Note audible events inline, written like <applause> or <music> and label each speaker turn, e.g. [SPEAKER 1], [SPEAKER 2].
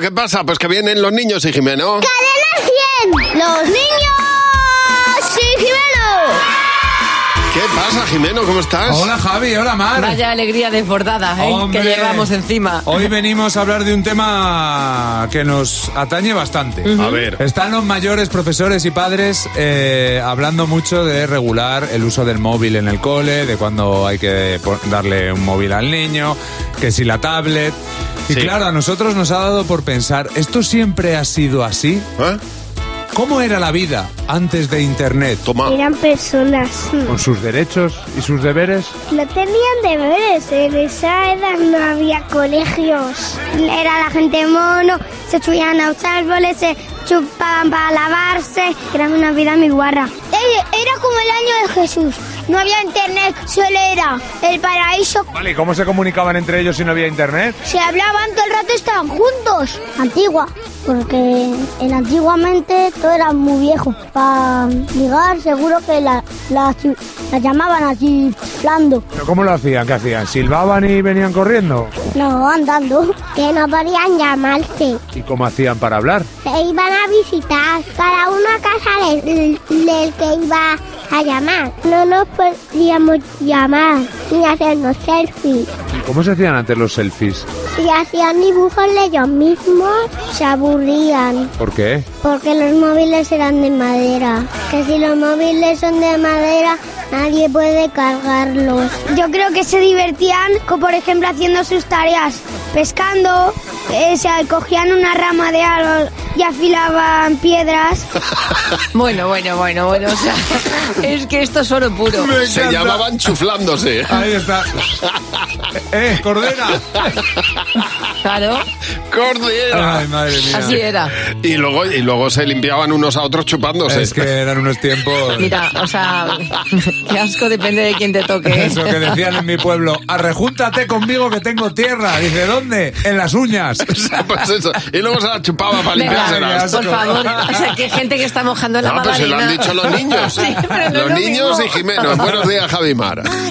[SPEAKER 1] ¿Qué pasa? Pues que vienen los niños y Jimeno.
[SPEAKER 2] ¡Cadena 100! ¡Los niños! ¡Sí,
[SPEAKER 1] ¿Qué pasa, Jimeno? ¿Cómo estás?
[SPEAKER 3] Hola Javi, hola Mar.
[SPEAKER 4] Vaya alegría desbordada ¿eh?
[SPEAKER 3] Hombre,
[SPEAKER 4] que llevamos encima.
[SPEAKER 3] Hoy venimos a hablar de un tema que nos atañe bastante.
[SPEAKER 1] A ver.
[SPEAKER 3] Están los mayores profesores y padres eh, hablando mucho de regular el uso del móvil en el cole, de cuándo hay que po- darle un móvil al niño, que si la tablet. Y
[SPEAKER 1] Sí.
[SPEAKER 3] claro, a nosotros nos ha dado por pensar, ¿esto siempre ha sido así?
[SPEAKER 1] ¿Eh?
[SPEAKER 3] ¿Cómo era la vida antes de Internet?
[SPEAKER 1] Toma.
[SPEAKER 2] Eran personas.
[SPEAKER 3] Con sus derechos y sus deberes.
[SPEAKER 2] No tenían deberes. En esa edad no había colegios. Era la gente mono, se subían a los árboles, se chupaban para lavarse. Era una vida muy guarra. Eh, Era como el año de Jesús. No había internet, solo era el paraíso
[SPEAKER 3] Vale, ¿cómo se comunicaban entre ellos si no había Internet?
[SPEAKER 2] Se hablaban todo el rato, estaban juntos. Antigua, porque en antiguamente todo era muy viejo. Para ligar seguro que la, la, la llamaban así flando.
[SPEAKER 3] ¿Pero cómo lo hacían? ¿Qué hacían? ¿Silbaban y venían corriendo?
[SPEAKER 2] No, andando. Que no podían llamarse.
[SPEAKER 3] ¿Y cómo hacían para hablar?
[SPEAKER 2] Se iban a visitar cada uno a casa del, del que iba a llamar. No nos podíamos llamar ni hacernos selfies.
[SPEAKER 3] ¿Y cómo se hacían antes los selfies?
[SPEAKER 2] Si hacían dibujos de ellos mismos, se aburrían.
[SPEAKER 3] ¿Por qué?
[SPEAKER 2] Porque los móviles eran de madera. Que si los móviles son de madera, nadie puede cargarlos. Yo creo que se divertían, co- por ejemplo, haciendo sus tareas. Pescando, eh, se cogían una rama de árbol y afilaban piedras.
[SPEAKER 4] Bueno, bueno, bueno, bueno. O sea, <laughs> es que esto es oro puro.
[SPEAKER 1] Se
[SPEAKER 3] encanta.
[SPEAKER 1] llamaban chuflándose.
[SPEAKER 4] <laughs>
[SPEAKER 3] Ahí está. ¡Eh, Cordera!
[SPEAKER 4] Claro,
[SPEAKER 1] Cordera.
[SPEAKER 3] Ay, madre mía.
[SPEAKER 4] así era.
[SPEAKER 1] Y luego, y luego se limpiaban unos a otros chupándose. <laughs>
[SPEAKER 3] Es que eran unos tiempos.
[SPEAKER 4] Mira, o sea, <laughs> qué asco depende de quién te toque. ¿eh?
[SPEAKER 3] Eso que decían en mi pueblo, arrejúntate conmigo que tengo tierra. Dice, ¿dónde? En las uñas.
[SPEAKER 1] Pues eso. Y luego se la chupaba
[SPEAKER 4] <laughs>
[SPEAKER 1] para
[SPEAKER 4] Venga,
[SPEAKER 1] limpiárselas.
[SPEAKER 3] asco.
[SPEAKER 4] por favor. O sea, que hay gente que está mojando en la
[SPEAKER 1] No, pues se lo
[SPEAKER 4] <laughs> magdalena.
[SPEAKER 1] han dicho los niños.
[SPEAKER 4] Sí, pero no es
[SPEAKER 1] los
[SPEAKER 4] lo
[SPEAKER 1] niños
[SPEAKER 4] mismo.
[SPEAKER 1] y Jimeno. Buenos días, Javimar.